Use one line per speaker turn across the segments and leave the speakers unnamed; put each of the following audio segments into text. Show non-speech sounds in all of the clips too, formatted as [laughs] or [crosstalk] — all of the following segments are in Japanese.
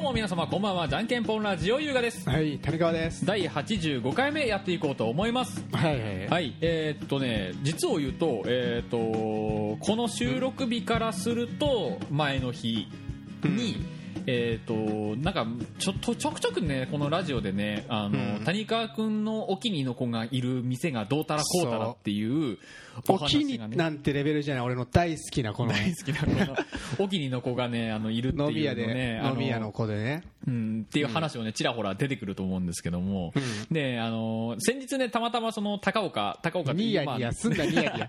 も皆様こんばんはじゃんけんぽんラジオ優雅です
はい、谷川です。
第85回目やっていこうと思います
はいはいはい。
はいえーっとね実を言うと,、えーっとこの収録日からすると前の日に、えーっとなんかちょっとちょくちょくねこのラジオでねあの、
うん
谷川君のお気に入りの子がいる店がどうたらこうたらっていうお
お気
話
に
がね
なんてレベルじゃない、俺の大好きなこの
大好きな子が [laughs] お気に入りの子がねあのいるっていう
[laughs]
の
飲み屋で、
ねあ
飲み屋の子でね。
うん、っていう話をね、ちらほら出てくると思うんですけども、で、あのー、先日ね、たまたまその、高岡、高岡っていう
ニヤ
まあ
ニヤすんな、ニ
[laughs]
ヤニヤ。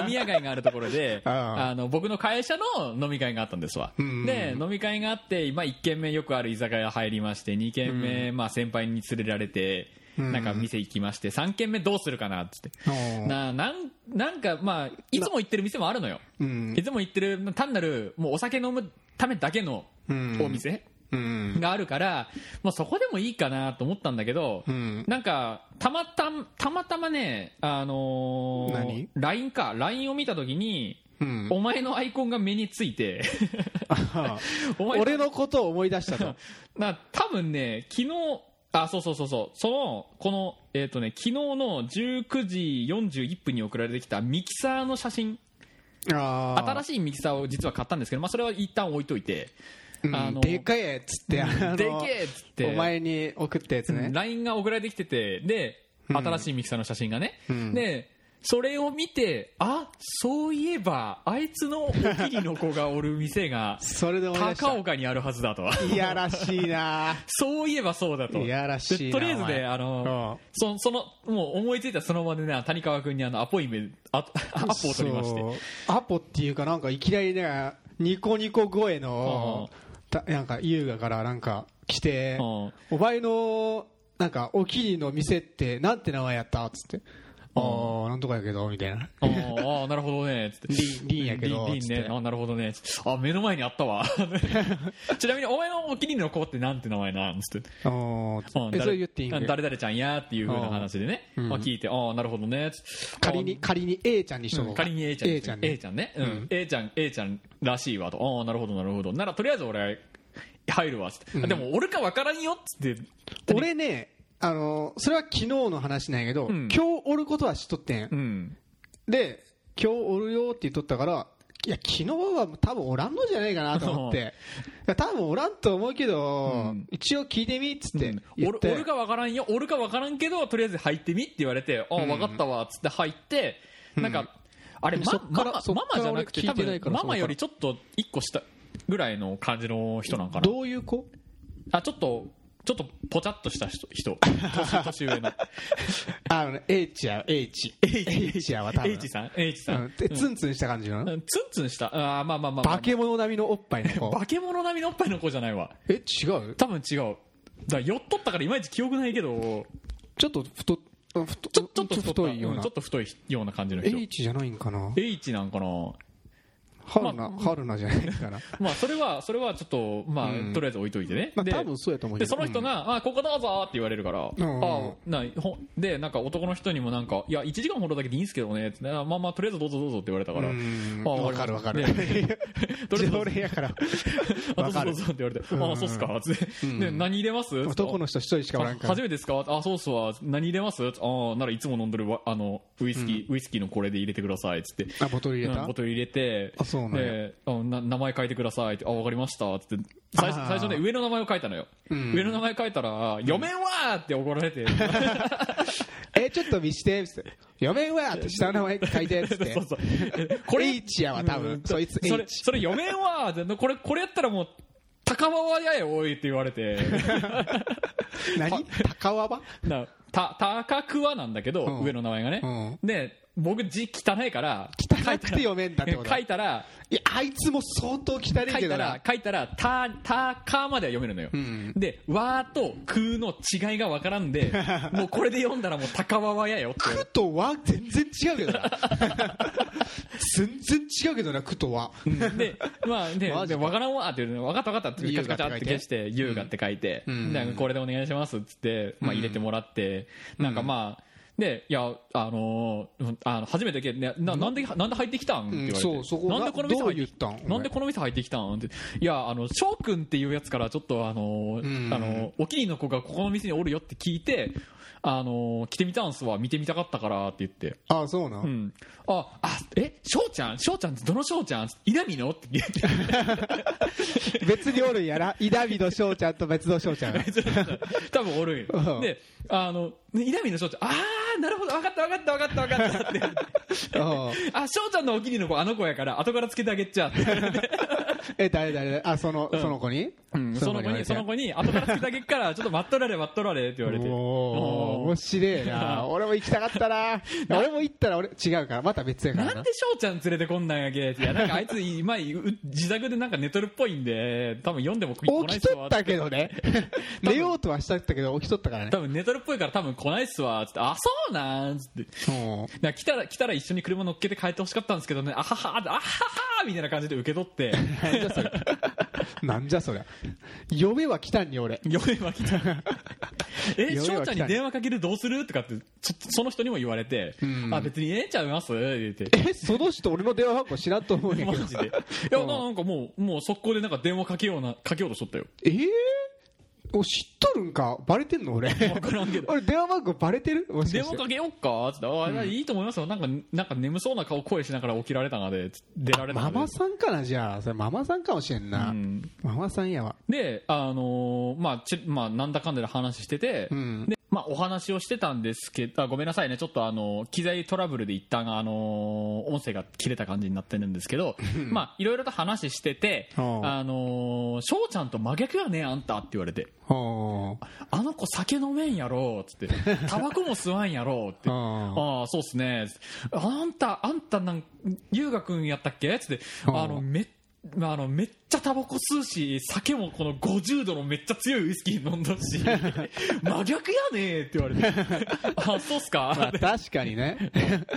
飲み屋街があるところで
[laughs] あ
あ
あ
の僕の会社の飲み会があったんですわ、
うんうんうん
で飲み会があって、まあ、1軒目よくある居酒屋入りまして2軒目、まあ、先輩に連れられて
うん
なんか店行きまして3軒目どうするかなっつって、
うん
ななんなんかまあいつも行ってる店もあるのよ、
うん
いつも行ってる単なるもうお酒飲むためだけの
うん
お店、
うん。
があるから、まあ、そこでもいいかなと思ったんだけど、
うん
なんかたまたまたまたまね、あのー
何、
LINE か LINE を見た時に、
うん
お前のアイコンが目につい
[laughs]
て [laughs]
あ
お前
俺のことを思い出したと。
な多分ね昨日あそうそうそうそうそのこのえっ、とね昨日の19時41分に送られてきたミキサーの写真
あー
[laughs] 新しいミキサーを実は買ったんですけど、まあ、それは一旦置いといて、
うん
あの
でかえっつって、あの
でけえっつって
お前に送ったやつね。
LINE が送られてきててで新しいミキサーの写真がね、
うん
でそれを見てあそういえばあいつのお気に入りの子がおる店が
[laughs] それで思い出し
高
た。
岡にあるはずだと [laughs]
いやらしいな。
そういえばそうだと
いやらしい
で
な
とりあえず
お
ね
前
あのそそのもう思いついたその場でね谷川君にあのアポイメ
[laughs]
あアポを取りまして
そうアポっていうかなんかいきなりねニコニコ声のたなんか優雅からなんか来て
うん
お前のなんかお気に入りの店ってなんて名前やったっつってああなんとかやけどみたいな
あーあーなるほどねつって
リンリンやけど
リンリン
つ
ね
って
あなるほどねつってあ目の前にあった
[laughs]
わちなみにお前のお気に入りの子ってなんて名前なんつって
あーつって
うん
え
誰
それ言っていいん
うん
か
誰々ちゃんやっていう風な話でね、
うん
まあ、聞いて、ああ、なるほどね。
仮に仮に A ちゃんにしと
う
こ
ん
う
仮に A ちゃん
A ちゃん
A
ね
ちゃんね。うん A ちゃん、A ちゃんらしいわと。ああ、なるほど、なるほど。なら、とりあえず俺、入るわっつって。あでも、俺かわからんよっつって。
俺ねあのそれは昨日の話なんやけど
ん
今日おることは知っとってん
うん。
で今日おるよって言っとったからいや昨日は多分おらんのじゃないかな
[laughs]
と思っていや多分おらんと思うけど、
うん
一応聞いてみっつって
俺
言って、
俺かわからんよ。俺かわからんけど、とりあえず入ってみって言われて、ああ、わかったわっつって入って、なんか、あれ、ま
そっ
マ
から
マ
そっ
マ
から
マじゃなくて、
俺聞
多
いてな
分
い、から
ママよりちょっと一個下ぐらいの感じの人なんかな。
どういう子
あちょっとちょっとぽちゃっとした人人年年上の
あのね H や H H やは [laughs] 多
[laughs]
分
H さん H さ
うん
ん、
でツンツンした感じの、
うん、ツンツンしたあーまあまあまあ、まあ、
化け物並みのおっぱいの子
[laughs] 化け物並みのおっぱいの子じゃないわ
え違う
多分違うだから酔っとったからいまいち記憶ないけど
ちょっと太っあ太
ちょちょっと
ちょっと
太
太
い
い
よ
よ
うな、う
う
ん
な
ちょっと太いような感じの人
H じゃないんかな
H なんかな
春菜春菜じゃないかな
まあそれはそれはちょっとまあ、
うん
とりあえず置いといてね、
まあ
で
多分そうやと思うけ
で
ど
その人が「あここどうぞ」って言われるから「
ん
あなほでなんか男の人にもなんか「いや1時間ほどだけでいいんですけどね」ってあまあまあとりあえずどうぞどうぞ」って言われたから
う
あ
ん
わ
わ
り
かる
まし
わ
た
かる
[laughs] でど
[laughs]
れど
常
うぞ
連やから
あど
わ
うぞどう
かる
ぞって言われて「
ん
ああそうっすか」つって「で何入れます?」
男の人一人しかおらんから
初めてですかあ、そうっすわ。何入れますああ、ならいつも飲んでるわ、あの、ウイスキー、ウイスキーのこれで入れてください、つって。
あボトル入れた、
うんボトル入れて、
あそうなんや
であな名前書いてくださいって、あ、わかりました、つって。最初
あー
最初ね、上の名前を書いたのよ。
ん
上の名前書いたら、読めんわーって怒られ
[laughs]
て。
えちょっと見してっつって「読めんわ!」って下の名前書いて
[laughs]
っつって
そうそう
これ H やわ多分、そいつ
それ
H
それ読めんわーってこれこれやったらもう高輪はやよおいって言われて
何高輪場
なた高桑なんだけど、
うん
上の名前がね、で僕字汚いから
汚くて読めんだってこと
書いたら
いやあいつも相当汚
書
い
い
け
た
ど
ら
な
書いたら「た」「た」「か」までは読めるのよ、で「わ」と「く」の違いが分からん
[laughs]
でもうこれで読んだらもう高輪はやよって
「く」と「わ」全然違うけどな [laughs] 全然違うけどな「く」と「わ」
で、まあ、で、
マジ
で
か
分からんわって言うの、分かった分かったって、
優
カ
雅
チャカチャって
っ
消
て書いて
して、優雅って書いて、
うん
でこれでお願いしますって言って、まあ入れてもらって、なんかまあ、で、いや、あのーあの初めて聞いて、ねななんで、なんで入ってきたんって言われて、
そうそこ
なんでこの店
どう
入
言
っ
ってたん
なんでこの店入ってきたんって、いや、あの、翔くんっていうやつから、ちょっと、あの
う
ー、
ん
あのー、お気に入りの子がここの店におるよって聞いて、あのー、来てみたんすわ、見てみたかったからって言って、
ああそうな
うんん。あ、あ、え、翔ちゃん翔ちゃんってどの翔ちゃん稲見のって言って、
別におるんやら稲見の翔ちゃんと別の
[laughs]
翔ちゃんが
多分おるん
う
よ
ん
で、あの、ね稲見の翔ちゃん、あー、なるほど、分かった分かった分かった分かったって。
うん
あ、翔ちゃんのお気に入りの子、あの子やから、後からつけてあげっちゃって。
え誰誰誰あその
ん
その子に
その子に、その子に、後からつけてあげっから、ちょっと待っとられ、待っとられって言われて。
おお面白
[laughs]
えな俺も行きたかったな俺も行ったら俺違うからまた別やから
な
なん
で翔ちゃん連れてこんなんやけっていや、なんかあいつ、今、う自宅でなんか寝とるっぽいんで、多分読んでも来ない
起
っ
き
す
と
わ
っ。たけ
[laughs]
どね寝ようとはしたったけど起きとったからね
多分寝とるっぽいから多分来ないっすわ。つって、あ、そうなんつって。
うん
だから来たら、来たら一緒に車乗っけて帰ってほしかったんですけどね、あはは、あははみたいな感じで受け取って、 [laughs]
なんじゃそれなんじゃそれ嫁は来たんに俺
嫁は来
[laughs]
た。え、
嫁は来たね
翔ちゃんに電話かけるどうするとかって、そその人にも言われて、
うん
あ、別にええんちゃいます言って。
えその人俺の電話番号知らんと思うんや
マ
けど
ジで。いや、ななんかもう、もう速攻でなんか電話かけような、かけようとしと
[laughs]
ったよ。
えーお知っとるんかバレてんの俺
わからんけど。
俺電話番号バレてるもしか
電
し
話
て
かけよっかつって、ああ、いいと思いますよ。なんか、なんか眠そうな顔、声しながら起きられたので、つ出られた
マ
ので。
マさんかなじゃあそれママさんかもしれんな、
うん
ママさんやわ
で、あのーまあ、ち、まあ、なんだかんだで話してて、
うん
で、まあ、お話をしてたんですけど、あごめんなさいね、ちょっとあの、機材トラブルで一旦、あのー音声が切れた感じになってるんですけど、まあ、いろいろと話してて、
おう
あのー翔ちゃんと真逆やね、あんたって言われて、
お
あの子酒飲めんやろ、つって、 [laughs] タバコも吸わんやろ、って。
あ
ああ、そうっすね。あんた、あんたなん、優雅くんやったっけつって、
うん
あの、め、まあ、あの、めっちゃタバコ吸うし、酒もこの50度のめっちゃ強いウイスキー飲んだ
[laughs]
し、真逆やねって言われて、 [laughs] あ、そうっすか、
まあ確かにね [laughs]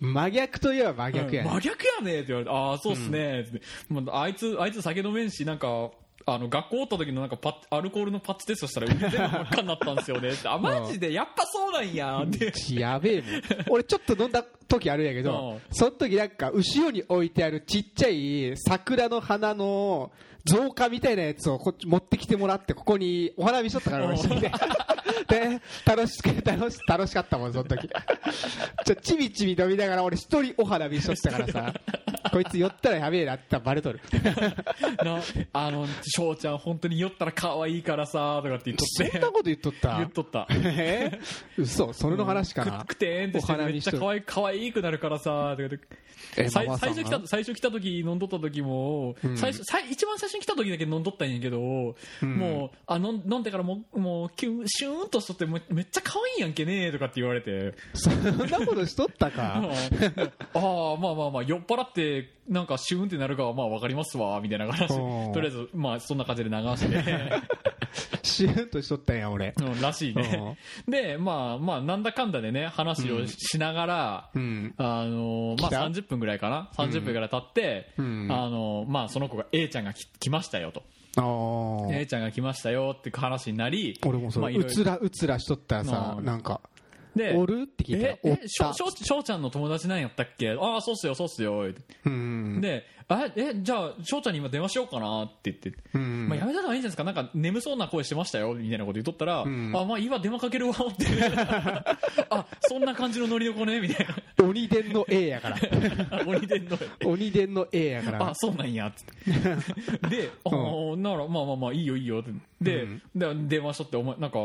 真逆といえば真逆や
うん
ね、
真逆やねって言われて、ああ、そうっすね、つってまあ、あいつ、あいつ酒飲めんし、なんか、あの、学校おった時のなんかパッチアルコールのパッチテストしたら、腕全部真っ赤になったんですよ
[laughs]
ね。ってあ、マジで、やっぱそうなんや、って。
やべえもん俺ちょっと飲んだ時あるんやけど
う
その時なんか後ろに置いてあるちっちゃい桜の花の造花みたいなやつをこっち持ってきてもらってここにお花見しとったから俺一緒 [laughs] にねで楽しく楽し楽しかったもんその時ちょちびちび飲みながら俺一人お花見しとったからさこいつ寄ったらやべえなってバレと [laughs] る
なあの翔ちゃん本当に酔ったら可愛いからさとかって言っ
そ
とっ
ん
て
なこと言っとった
言っとった
えー嘘それの話かな
く、てーんってして
お花
めっ
見
ち
し
ゃ
とる
可愛い可愛いくなるからさとかって
え
さい
ママさん
最初
は
来た最初来た時飲んどった時も、
ん
最初最一番最初に来た時だけ飲んどったんやけど、
ん
もうあ飲ん飲んでからもうもうキュンシューンとしとってもうめっちゃ可愛いやんけねーとかって言われて
そんなことしとった
[laughs]
か
ああまあまあまあ酔っ払ってなんかシューンってなるかはまあわかりますわみたいな話
うん
とりあえずまあそんな感じで流して。
シューンとしとったんや俺
うんらしいね。 [laughs] で、まあ、まあ、なんだかんだでね、話をしながら、
うん
あのーまあ
来た
30分ぐらいかな30分ぐらい経って、
うん
あのーまあその子が A ちゃんがき来ましたよと
あー
A ちゃんが来ましたよって話になり
俺もそ
まあ
れ、
いろいうろ
つらうつらしとったらさ
うん
なんか「
で
おる?」って聞いたら
え
「おっ
えしょ
た
しょしょうちゃんの友達なんやったっけああそうっすよそうっすよ」って」
うん
であえじゃあしょうちゃんに今電話しようかなって言って、
うん
まあ、やめた方がいいんじゃないですかなんか眠そうな声してましたよみたいなこと言っとったら、
ん
あまあ今電話かけるわって
[laughs]
あそんな感じのノリの子ねみたいな
鬼伝の A やから [laughs]
鬼伝の
鬼伝の A やから
あそうなんやっつってで、あーならまあまあまあいいよいいよってで,、で電話しとってお前なんか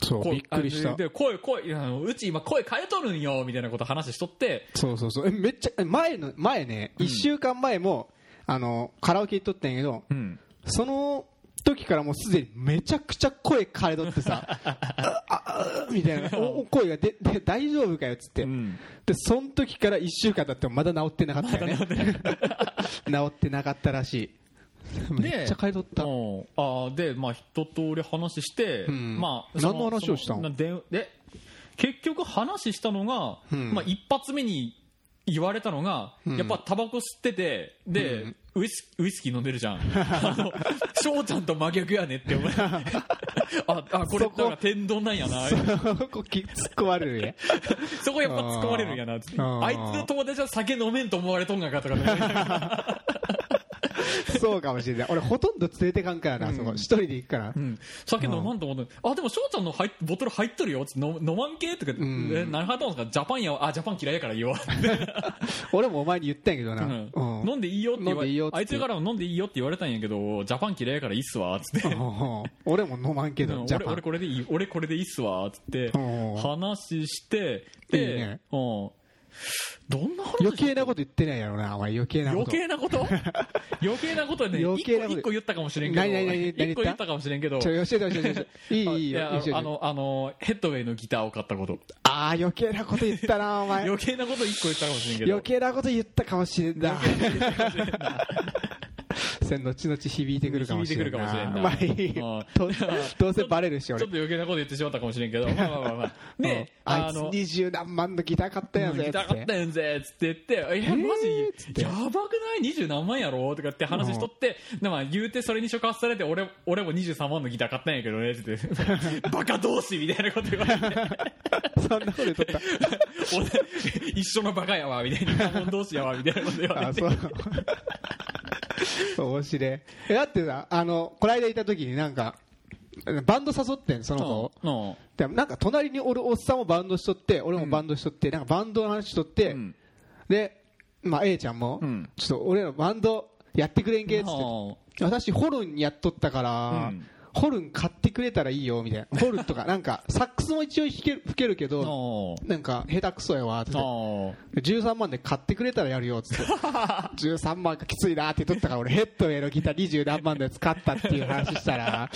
そう
こ
びっくりした
あでで声声いやあのうち今声変えとるんよみたいなこと話しとって
そうそうそうえめっちゃえ前の前ね1週間前もあのカラオケ行っとったんやけど
うん
その時からもうすでにめちゃくちゃ声枯れとって
[laughs]
さあああみたいなおお声が出て大丈夫かよっつって、
ん
でその時から1週間経ってもまだ治ってなかったよね治ってなかったらしいめっちゃ変えとった
うんあーでまあ一通り話して、
ん
まあ
何の話をしたん
そなでで結局話したのが、
うん
まあ一発目に言われたのが、やっぱタバコ吸っててで、ウイスウイスキー飲んでるじ
[laughs]
ゃんあの翔ちゃんと真逆やねって思うああこれだ
そこ
から天丼なんやな
そこき突っ込まれるね
そこやっぱ突っ込まれるんやなつって
あー
あいつの友達は酒飲めんと思われとんがかとかね
そうかもしれない俺ほとんど連れてかんからな、そこ一人で行くから、
うん、酒飲まんと思ってあでも翔ちゃんの入っボトル入っとるよつって飲飲まんけとか、
ん
え何入ったんですかジャパンやわあジャパン嫌いやから言わ
俺もお前に言ったんやけどな、
うん
うん
飲んでいいよって言わ
飲んでいいよっつって
あいつからも飲んでいいよって言われたんやけどジャパン嫌いやからいいっすわっつって、
うん俺も飲まん
[laughs]
け
う
ど、
ん
ジャ
俺
パン
俺これでいい俺これでいいっすわっつって
うん
話してで
いいね
うん、どんな話
余計なこと言ってないやろなお前余計なこ
余
と
計なこと余計な
[laughs]
ことはね
余
一
計
個
なこと
一個言ったかもしれんけど
何何何何言った
一個言ったかもしれんけど
ちょ教えて教えて教えていいいいいいよ
や
いいよ
あのあのヘッドウェイのギターを買ったこと
ああ余計なこと言ったなお前
余計なこと一個言ったかもしれんけど
余計なこと言ったかもしれんな [laughs] それ後々響いてくるかもしれんな
響いてくるかも
まあ
しれん
いい
な
よ
うん
どうどうせバレるし
ちょっ
俺
と余計なこと言ってしまったかもしれん
[laughs]
けどまあまあまあまあで
うんあいつ
の
二十何万のギター買ったやん
うん
ぜ
ギター買っ
つ
た
って
やんぜっつって言って「え
ー
マ
つっ
ジ
て
やばくない二十何万やろ?」とかって話しとって、でまあ、言うてそれに触発されて俺「俺も23万のギター買ったんやけどね」って言
[laughs]
って「バカ同士」みたいなこと言われて
そんなこと言っとった
俺「一緒のバカやわ」みたいな「バカ同士やわ」みたいなこと言わ
あ
れて
そう面白いえだってさあのこないだいた時になんかバンド誘ってんその子
うんうん
でもなんか隣におるおっさんもバンドしとって俺もバンドしとって、なんかバンドの話しとって、
ん
で、まあ、A ちゃんも、
うん
ちょっと俺らバンドやってくれんけっつって、私ホルンやっとったから、
うん
ホルン買ってくれたらいいよみたい
[laughs]
なホルンとかなんかサックスも一応弾ける吹けるけ
う
ど、
ん
なんか下手くそやわって言って
うん
13万で買ってくれたらやるよっつ
[laughs]
って13万がきついなって言っとったから俺ヘッドへのギター20何万のやつ買ったっていう話し
[laughs]
たら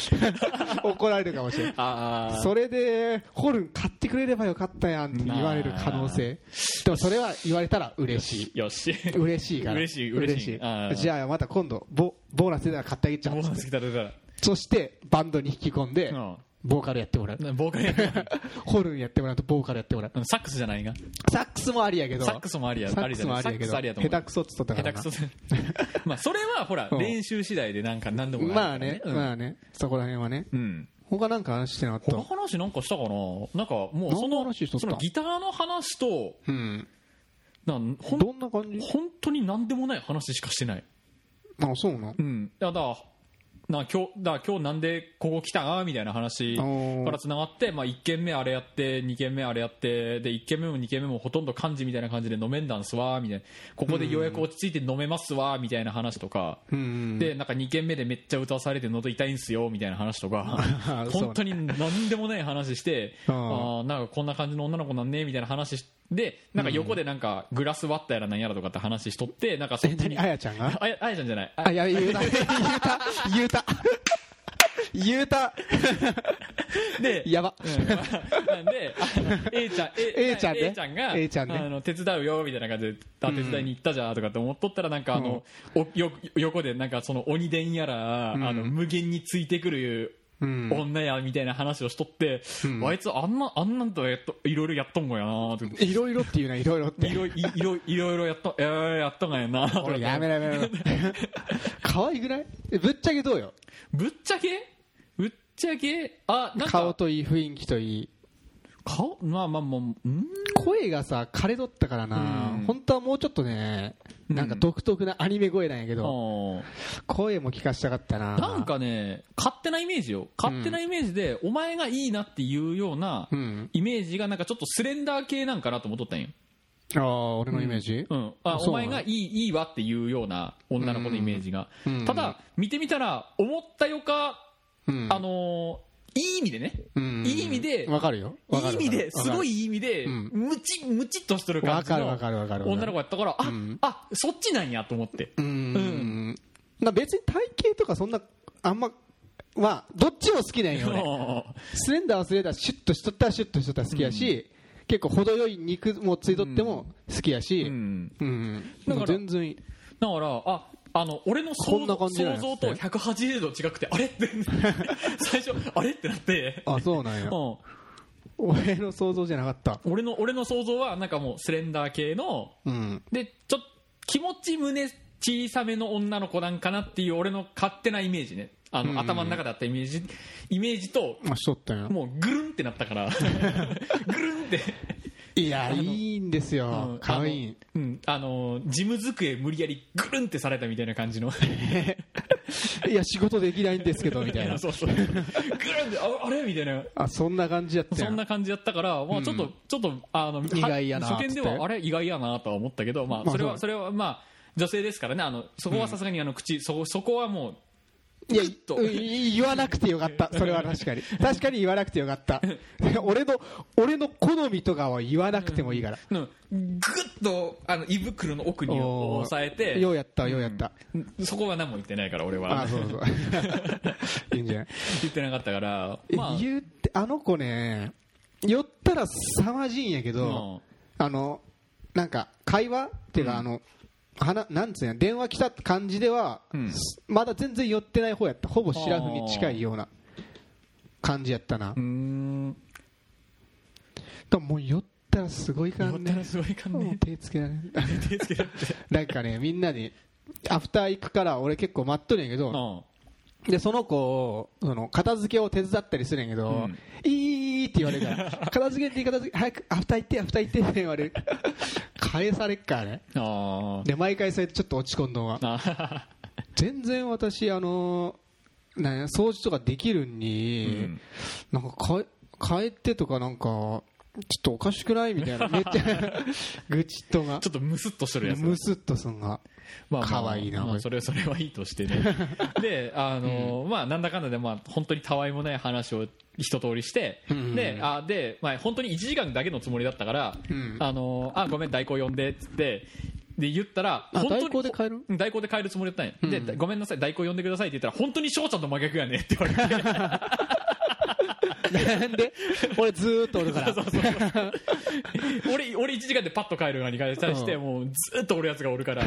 怒られるかもしれん
あー
それでホルン買ってくれればよかったやんって言われる可能性でもそれは言われたら嬉しい
よし
嬉しいから
嬉しい嬉しいあー
じゃあまた今度ボボーナスで買ってあげちゃ
[laughs] ボ
う
ーナス来たら出たら
そしてバンドに引き込んで
うん
ボーカルやっ
[laughs]
てもらう
なボーカルやる
ホルンやってもらうとボーカルやってもらう
うんサックスじゃないが
サックスもありやけど
サックスもありや
サックスもあ
あ
り
りやけどサック
やけど下
スありやと思う
手くそっつっとった
下
か
手
ら
く
な
そ [laughs] まあそれはほら
うん
練習次第でなんか何でもなる
ま
から
あね
うん
まあねそこら辺はね
うん
他なんか話してなか
他
っ
話なんかしたかななんかもうそ
何
の
の話しとっ
そ
た
のギターの話と
たうん
なんほん
どんな感じ
本当に何でもない話しかしてない
あそうな
うんだからな今日だから今日なんでここ来たみたいな話
おー
からつながって、まあ、1軒目あれやって2軒目あれやってで1軒目も2軒目もほとんど漢字みたいな感じで飲めんだんすわみたいなここでようやく落ち着いて飲めますわみたいな話とか、
うん
でなんか2軒目でめっちゃ歌わされて喉痛いんすよみたいな話と
[laughs]
か
そうね
本当に何でもない話して
うん
あーなんかこんな感じの女の子なんねみたいな話しでなんか横でなんかグラス割ったやらなんやらとかって話しとってなんかそっ
え
ち
何
に
あ
あ
やちゃんが
あやあやちゃんじゃないあ
あ、やべ、
[laughs]
言うた。言うた。言うた。
で
やば。
うんなんであの A ちゃん A,
A ちゃんね
A ちゃんが
A ちゃんね
あの手伝うよみたいな感じであ手伝いに行ったじゃんとかって思っとったらなんかあの、およ横でなんかその鬼伝やら、あの無限についてくる
うん
女やみたいな話をしとって、あいつあんなあんなんとやっといろいろやっとんごやなとか
いろいろって言うな、いろいろっ
い
て。
ろいいろいろいろやっとえーやっとんがやなとか
[laughs] 俺、やめろやめろやめろ。可愛くないえぶっちゃけどうよ。
ぶっちゃけぶっちゃけあなんか
顔といい、雰囲気といい。
顔まあまあもううん
声がさ、枯れとったからな
うん。
本当はもうちょっとね、なんか独特なアニメ声なんやけ
あ
ど、
ー
声も聞かしたかったな。
なん、かね勝手なイメージよ勝手なイメージで、お前がいいなっていうような
うん。
イメージがなんかちょっとスレンダー系なんかなと思っとったんよ、
ああ、俺のイメージ
うん、あ
そう
お前がいいいいわっていうような女の子のイメージが、
うん
ただ見てみたら思ったよか、
うん
あのーいい意味でね、
うん
いい意味で
わかるよ。わ
い
か
い
る
意味ですご
い。
いいい意味で、
ん
ムチムチっとしとる感
わ
じ
かる
の
わかるわかるわかる。
女の子やったからあ、
ん
あそっちなんやと思って、
うん、まあ別に体型とかそんなあんままあどっちも好
[laughs]
きなんよ俺スレンダーはスレンダーシュッとしとったらシュッとしとったら好きやし、結構程よい肉もついとっても好きやし、う
うんん
もう
だから
全然いい
だからああの俺の
こ
想
んな
像
感じなん
想像
や
と180度違くてあれって最初あれってなって
あそうなん
う
や
ん
俺の想像じゃなかった
俺の俺の想像はなんかもうスレンダー系の
うん
でちょ気持ち胸小さめの女の子なんかなっていう俺の勝手なイメージねあの、頭の中であったイメージイメージと
あしとったよ
もうぐるんってなったから
[laughs]
ぐるんって
いやいいんですよ可愛いい
うんあの事務机無理やりぐるんってされたみたいな感じの
いや仕事できないんですけどみたい
[laughs]
な
そうそうぐるんってああれみたいな
あそんな感じやった
そ
よ
んな感じだったから、まあ、ちょっと、ちょっとあの
意外やな
初見で
つって
はあれ意外やなとは思ったけど、まあ、それ
まあ
はそれはまあ女性ですからねあのそこはさすがにあの口、そこそこはもう
いや
ちょっと
うん言わなくてよ
[laughs]
かったそれは確かに確かに言わなくてよかった [laughs] 俺の俺の好みとかは言わなくてもいいから
うんぐっとあの胃袋の奥に
おー
押さえて
ようやったようやった
そこは何も言ってないから俺は
あそうそう [laughs] いいんじゃない
言ってなかったから [laughs]
え
まあ
言うってあの子ね寄ったら凄まじいんやけど、あのなんか会話っていうか、あのはななんつうの電話来た感じでは、
うん
すまだ全然寄ってない方やったほぼシラフに近いような感じやったな
う、ん
でももう寄ったらすごいか
や
ら
った
ね
らすごい感
もう
ね
[laughs] 手つけられない
手つけられて
なんかねみんなにアフター行くから俺結構待っとるんやけど、
うん
でその子をその片付けを手伝ったりするんやけど、
うん
いいって言われるから
[laughs]
片付けて片付け早くアフター行ってアフター行ってって言われる返されっからね
あー
で毎回それちょっと落ち込んどんは
あー
全然私あのなんや掃除とかできるんに、
うん
なんかか帰ってとかなんかちょっとおかしくない
[laughs]
みたいなめっちゃ [laughs] 愚痴っと
[laughs]
が
ちょっとムスッとしとるやつ
むすっとすんが
まあまあ
可愛いな
ま
こ
あ
れ
それそれはいいとしてね
[laughs]
であの、まあなんだかんだでまあ本当にたわいもない話を一通りして、
ん
であで、まあ、本当に1時間だけのつもりだったから、
うん
あのあごめん代行呼んでっつってで言ったら
あ
本当に
代行で帰る
うん代行で帰るつもりだったんや、でごめんなさい代行呼んでくださいって言ったら本当に翔ちゃんと
[laughs]
真逆やねって言われて
なん [laughs] で俺ずーっとおるから
そうそうそう [laughs] 俺俺1時間でパッと帰る側に対して、
うん
もうずっと俺やつがおるから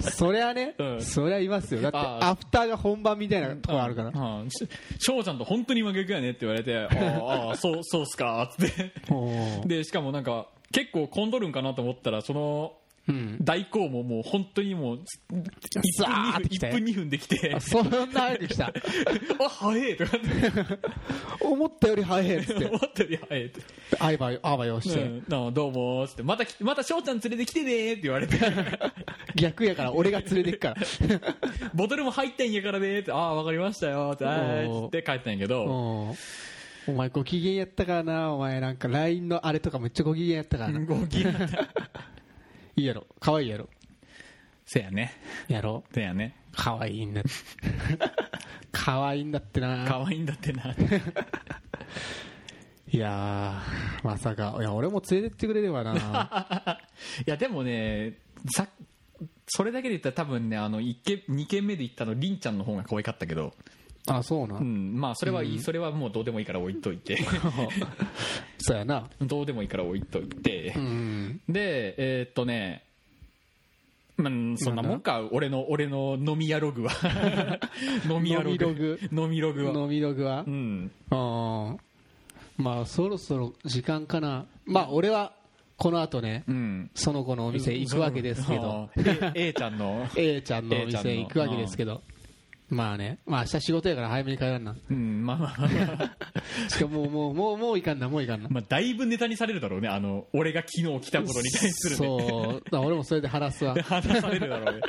そりゃね、
うん
そりゃいますよだって
あー
アフターが本番みたいなとこあるから、
うんし翔ちゃんと本当に真逆やねって言われて、あーあ
[laughs]
ー、そう、そうっすか、つって。
おー
で、しかもなんか、結構混んどるんかなと思ったら、その、
うん
代行ももう本当にもう、1分
さー
2
っ
分
て、来て
1分2分できて、
[laughs] そんな早く来た
[laughs] あ、早えとかって、
思ったより早いっつ [laughs] って
思ったより早えって。
あいばよあばよして、
うんなあどうもーっつって、また来、また翔ちゃん連れてきてねーって言われて、 [laughs]
逆やから俺が連れてくから [laughs]
ボトルも入ったんやからねーって、ああ、わかりましたよーって、あ
お
ーつ
ー
って帰ったんやけ [laughs] ど、
おーお前ご機嫌やったからなお前なんか LINE のあれとかめっちゃご機嫌やったからな、い
ご機嫌だった。
いやろ可愛いやろ
せやね。
やろ
せやね。
可愛い [laughs] んだ可愛いんだってな
可愛いんだってな。
いやーまさかいや俺も連れてってくれれば
[laughs]
な
いやでもねさそれだけで言ったら多分ねあの一軒2軒目で行ったのりんちゃんの方が可愛かったけど、
あそうな、
うん、まあそれはいい、それはもうどうでもいいから置いとい
[laughs]
て
そうやな
どうでもいいから置いといて
う、ん
でえーっとねまあそんなもんか俺の俺の飲み屋ログは
[laughs]
飲み屋ログ
飲み
飲みロ
ログ
グは
飲みログは
うん
うんまあそろそろ時間かなまあ俺はこの後ね
うん
その子のお店行くわけですけど
そう A, A ちゃんの
A ちゃんの
A
お
ちゃんの
店行くわけですけどまあねまあ明日仕事やから早めに帰らんな
うんまあまあまあまあ [laughs]
しかももうもうもうもういかんなもういかんな
まあだいぶネタにされるだろうねあの俺が昨日来たことに対するね
そうだから俺もそれで話す
[laughs]
わ
話されるだろうね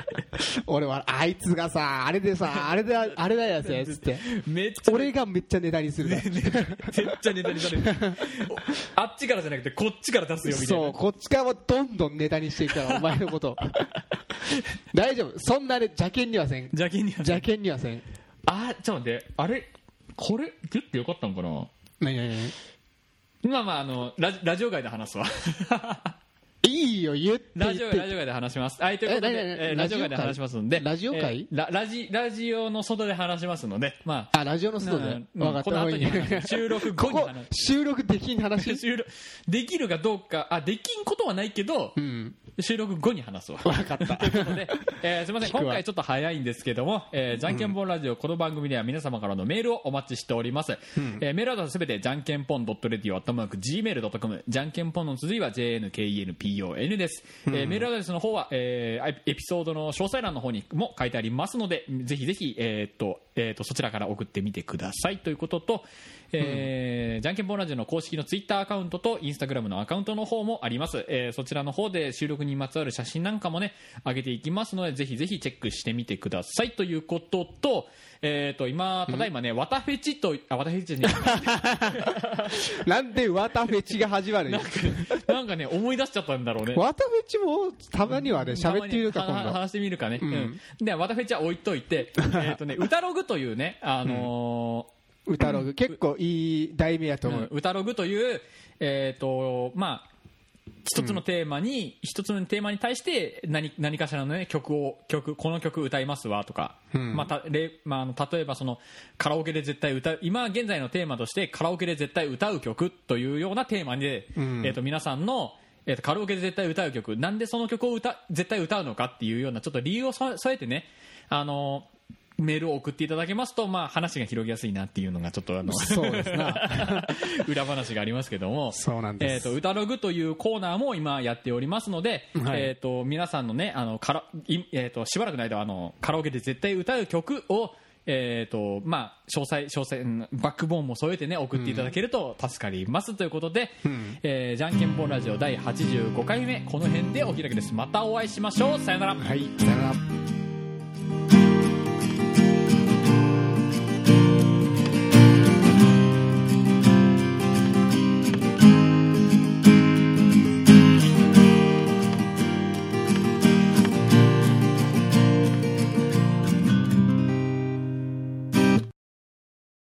俺はあいつがさあれでさあれだあれだやつやつって
めっちゃ
俺がめっちゃネタにするから
めっちゃネタにされるおあっちからじゃなくてこっちから出すよみたい
そうこっち側はどんどんネタにしていく
[laughs]
からお前のこと大丈夫そんなね邪険にはせん
な邪気には
邪険にはせん
あちょっと待ってあれこれギュッてよかったのかな
何何何
まあまああのラジラジオ外で話すわ
いいよ言って
[laughs]
言
ラ
っ
ジオ
て
ラジオ外で話します。はい、ということで、
え何何
えー
ラ
ラ
ジ
ジ
オ
オ外
会
で話しますんで。
ラジオ会
えーララジラジオの外で話しますので、まあ、
あラジオの外で
うん
分かっ
この
た
後に [laughs] 話す収録後
こ
に
こ
話す
収録できん話
収録できるかどうか、あ、できんことはないけど
う、ん
収録後に話すわ。
分かった
ということ
[laughs]
で、えーすみません、
聞くわ
今回ちょっと早いんですけども、えーじゃんけんぽんラジオ、この番組では皆様からのメールをお待ちしております。えーメールアドレスすべて、じゃんけんぽん .radio.gmail.com、じゃんけんぽんの続きは jnknpon です。えーメールアドレスの方は、えーあいエピソードの詳細欄の方にも書いてありますので、ぜひぜひ、えーっと、えーっと、そちらから送ってみてくださいということと、えーじゃんけんぽんラジオの公式のツイッターアカウントとインスタグラムのアカウントの方もあります、えーそちらの方で収録にまつわる写真なんかもね上げていきますのでぜひぜひチェックしてみてくださいということと,、えー、と今ただいまね「わたフェチ」とあ「わたフェチ」じゃない
なんで綿フェチが始まる [laughs]
なんかね思い出しちゃったんだろうね
綿フェチもたまにはね喋ってみるか
たまには
今度
話してみるかね、うんでわたフェチは置いといてえー
[laughs]
とね歌ログというねあのー
歌ログ結構いい題名やと思う
うん歌ログという、えーとまあ、一つのテーマに、一つのテーマに対して何何かしらの、ね、曲を曲この曲歌いますわとか、まあた例まああの、例えばそのカラオケで絶対歌う今現在のテーマとしてカラオケで絶対歌う曲というようなテーマで、えー、と皆さんの、えー、とカラオケで絶対歌う曲なんでその曲を歌絶対歌うのかっていうようなちょっと理由を添えてねあのメールを送っていただけますと、まあ、話が広げやすいなっていうのがちょっとあ [laughs] の
そうですな
[laughs] 裏話がありますけども
そうなん
え
で
ー、
す
と歌ログというコーナーも今やっておりますので、
はい
えー、と皆さんのねあのからい、えー、としばらくの間はあのカラオケで絶対歌う曲を、えーとまあ、詳細詳細うんバックボーンも添えて、ね、送っていただけると助かりますということで、えーじゃんけんぽんラジオ第85回目この辺でお開きですまたお会いしましょうさよなら
はいさよなら